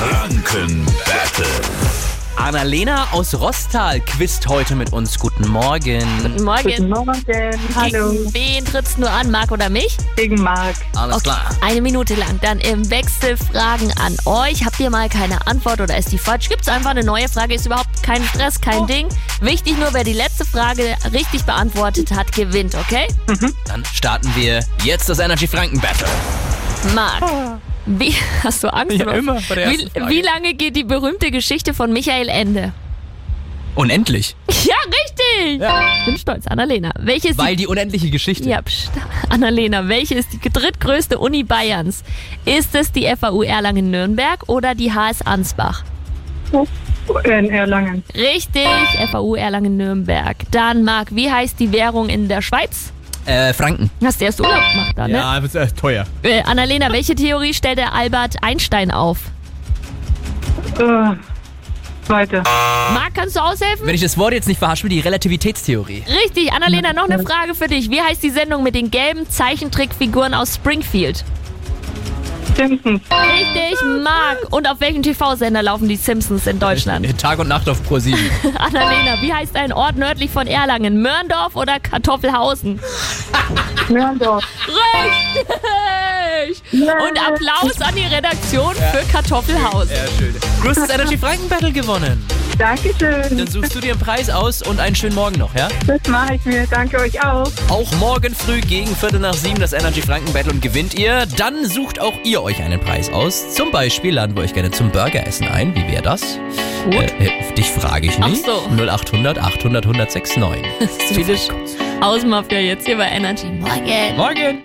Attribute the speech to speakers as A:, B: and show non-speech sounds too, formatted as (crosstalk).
A: Franken Battle.
B: Annalena aus Rostal quizt heute mit uns. Guten Morgen.
C: Guten
D: Guten
C: Morgen.
D: Morgen. Hallo.
C: Gegen wen trittst du an, Marc oder mich?
D: Gegen Marc.
B: Alles klar.
C: Eine Minute lang. Dann im Wechsel Fragen an euch. Habt ihr mal keine Antwort oder ist die falsch? Gibt's einfach eine neue Frage. Ist überhaupt kein Stress, kein Ding. Wichtig nur, wer die letzte Frage richtig beantwortet hat, gewinnt, okay?
B: Dann starten wir jetzt das Energy Franken Battle.
C: Marc. Wie, (laughs) hast du Angst?
B: Ja,
C: oder was?
B: immer bei der
C: wie,
B: ersten Frage.
C: wie lange geht die berühmte Geschichte von Michael Ende? (laughs)
B: Unendlich.
C: Ja, richtig!
B: Ja.
C: Bin stolz, Annalena. Welches
B: Weil die unendliche Geschichte.
C: Ja, pst. (laughs) Annalena, welche ist die drittgrößte Uni Bayerns? Ist es die FAU Erlangen-Nürnberg oder die HS Ansbach?
D: In Erlangen.
C: Richtig, FAU Erlangen-Nürnberg. Dann, Marc, wie heißt die Währung in der Schweiz?
B: Äh, Franken.
C: Hast du erst Urlaub gemacht da, ne?
E: Ja, das ist äh, teuer.
C: Äh, Annalena, welche Theorie stellte Albert Einstein auf?
D: Äh, weiter.
C: Marc, kannst du aushelfen?
B: Wenn ich das Wort jetzt nicht verhaspel, die Relativitätstheorie.
C: Richtig, Annalena, noch eine Frage für dich. Wie heißt die Sendung mit den gelben Zeichentrickfiguren aus Springfield?
D: Simpsons.
C: Richtig, Marc. Und auf welchem TV-Sender laufen die Simpsons in Deutschland?
B: Äh, Tag und Nacht auf Pro 7.
E: (laughs)
C: Annalena, wie heißt ein Ort nördlich von Erlangen? Mörndorf oder Kartoffelhausen?
D: Nürnberg.
C: Richtig! Und Applaus an die Redaktion für Kartoffelhausen.
B: du hast das Energy Franken Battle gewonnen. Dann
D: Dankeschön.
B: suchst du dir einen Preis aus und einen schönen Morgen noch, ja?
D: Das mache ich mir. Danke euch auch.
B: Auch morgen früh gegen Viertel nach sieben das Energy Franken Battle und gewinnt ihr. Dann sucht auch ihr euch einen Preis aus. Zum Beispiel laden wir euch gerne zum Burgeressen ein. Wie wäre das?
C: Gut.
B: Äh, äh, dich frage ich
C: Ach
B: nicht.
C: so.
B: 0800 800 1069.
C: Aus dem Mafia jetzt hier bei Energy. Morgen!
B: Morgen!